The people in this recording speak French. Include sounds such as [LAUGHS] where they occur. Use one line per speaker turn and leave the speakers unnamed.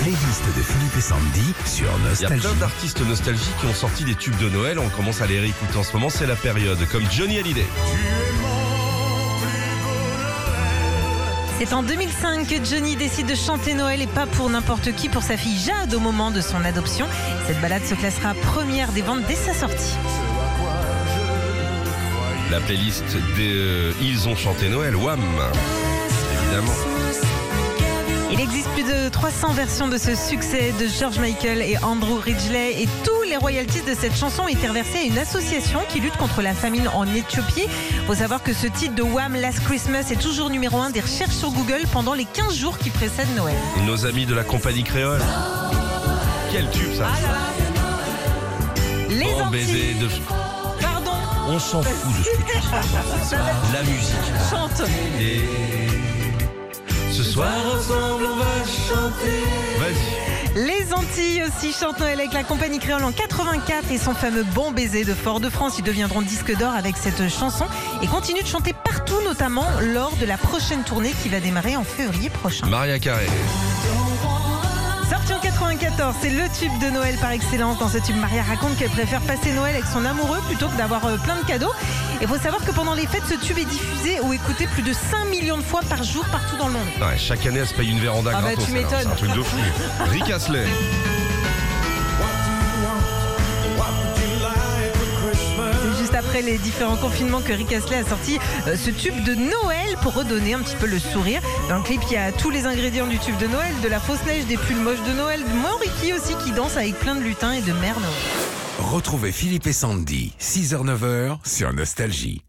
playlist de Philippe et Sandy sur
Il y a
Nostalgie.
plein d'artistes nostalgiques qui ont sorti des tubes de Noël. On commence à les réécouter en ce moment. C'est la période. Comme Johnny Hallyday.
C'est en 2005 que Johnny décide de chanter Noël et pas pour n'importe qui, pour sa fille Jade au moment de son adoption. Cette balade se classera première des ventes dès sa sortie.
La playlist des euh, Ils ont chanté Noël. Wham. Évidemment.
Il existe plus de 300 versions de ce succès de George Michael et Andrew Ridgely et tous les royalties de cette chanson ont été reversés à une association qui lutte contre la famine en Éthiopie. Faut savoir que ce titre de Wham Last Christmas est toujours numéro un des recherches sur Google pendant les 15 jours qui précèdent Noël.
Nos amis de la compagnie créole. Quel tube ça
Les
Bon baiser
Antilles,
de...
pardon,
On s'en fout de
[LAUGHS]
ce que tu dis. La musique.
chante.
Et ce soir ensemble on va chanter. Vas-y.
Les Antilles aussi chantent Noël avec la compagnie créole en 84 et son fameux Bon baiser de Fort-de-France. Ils deviendront disque d'or avec cette chanson et continuent de chanter partout, notamment lors de la prochaine tournée qui va démarrer en février prochain.
Maria Carré.
Sorti en 94, c'est le tube de Noël par excellence. Dans ce tube, Maria raconte qu'elle préfère passer Noël avec son amoureux plutôt que d'avoir euh, plein de cadeaux. Et faut savoir que pendant les fêtes, ce tube est diffusé ou écouté plus de 5 millions de fois par jour partout dans le monde.
Ouais, chaque année elle se paye une véranda
Ah bah,
gratos.
tu
elle, hein. C'est un
m'étonnes.
truc de fou. Rick Astley.
C'est juste après les différents confinements que Rick Astley a sorti euh, ce tube de Noël pour redonner un petit peu le sourire. Dans le clip, il y a tous les ingrédients du tube de Noël, de la fausse neige, des pulls moches de Noël, de Moriki aussi qui danse avec plein de lutins et de mères Noël.
Retrouvez Philippe et Sandy, 6h-9h sur Nostalgie.